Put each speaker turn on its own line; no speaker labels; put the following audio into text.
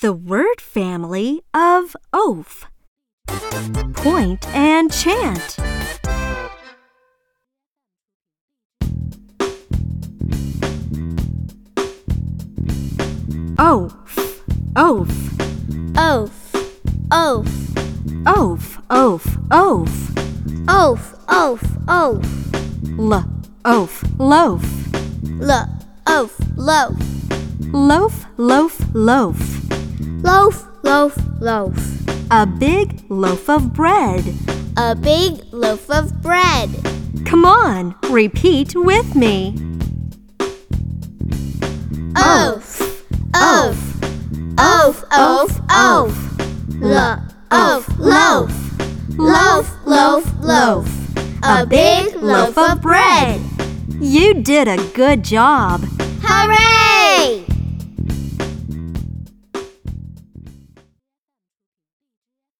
the word family of oaf. Point and chant. Oaf, oaf,
Oaf, oaf,
oaf, oaf, oaf.
oaf, oaf, oaf.
L, oaf, loaf.
Loaf, oaf, loaf.
Loaf, loaf, loaf.
Loaf, loaf, loaf.
A big loaf of bread.
A big loaf of bread.
Come on, repeat with me.
Oaf, oaf, oaf, oaf, oaf. Loaf, oaf, loaf. Loaf, loaf, loaf. A big loaf of bread.
You did a good job.
Hooray!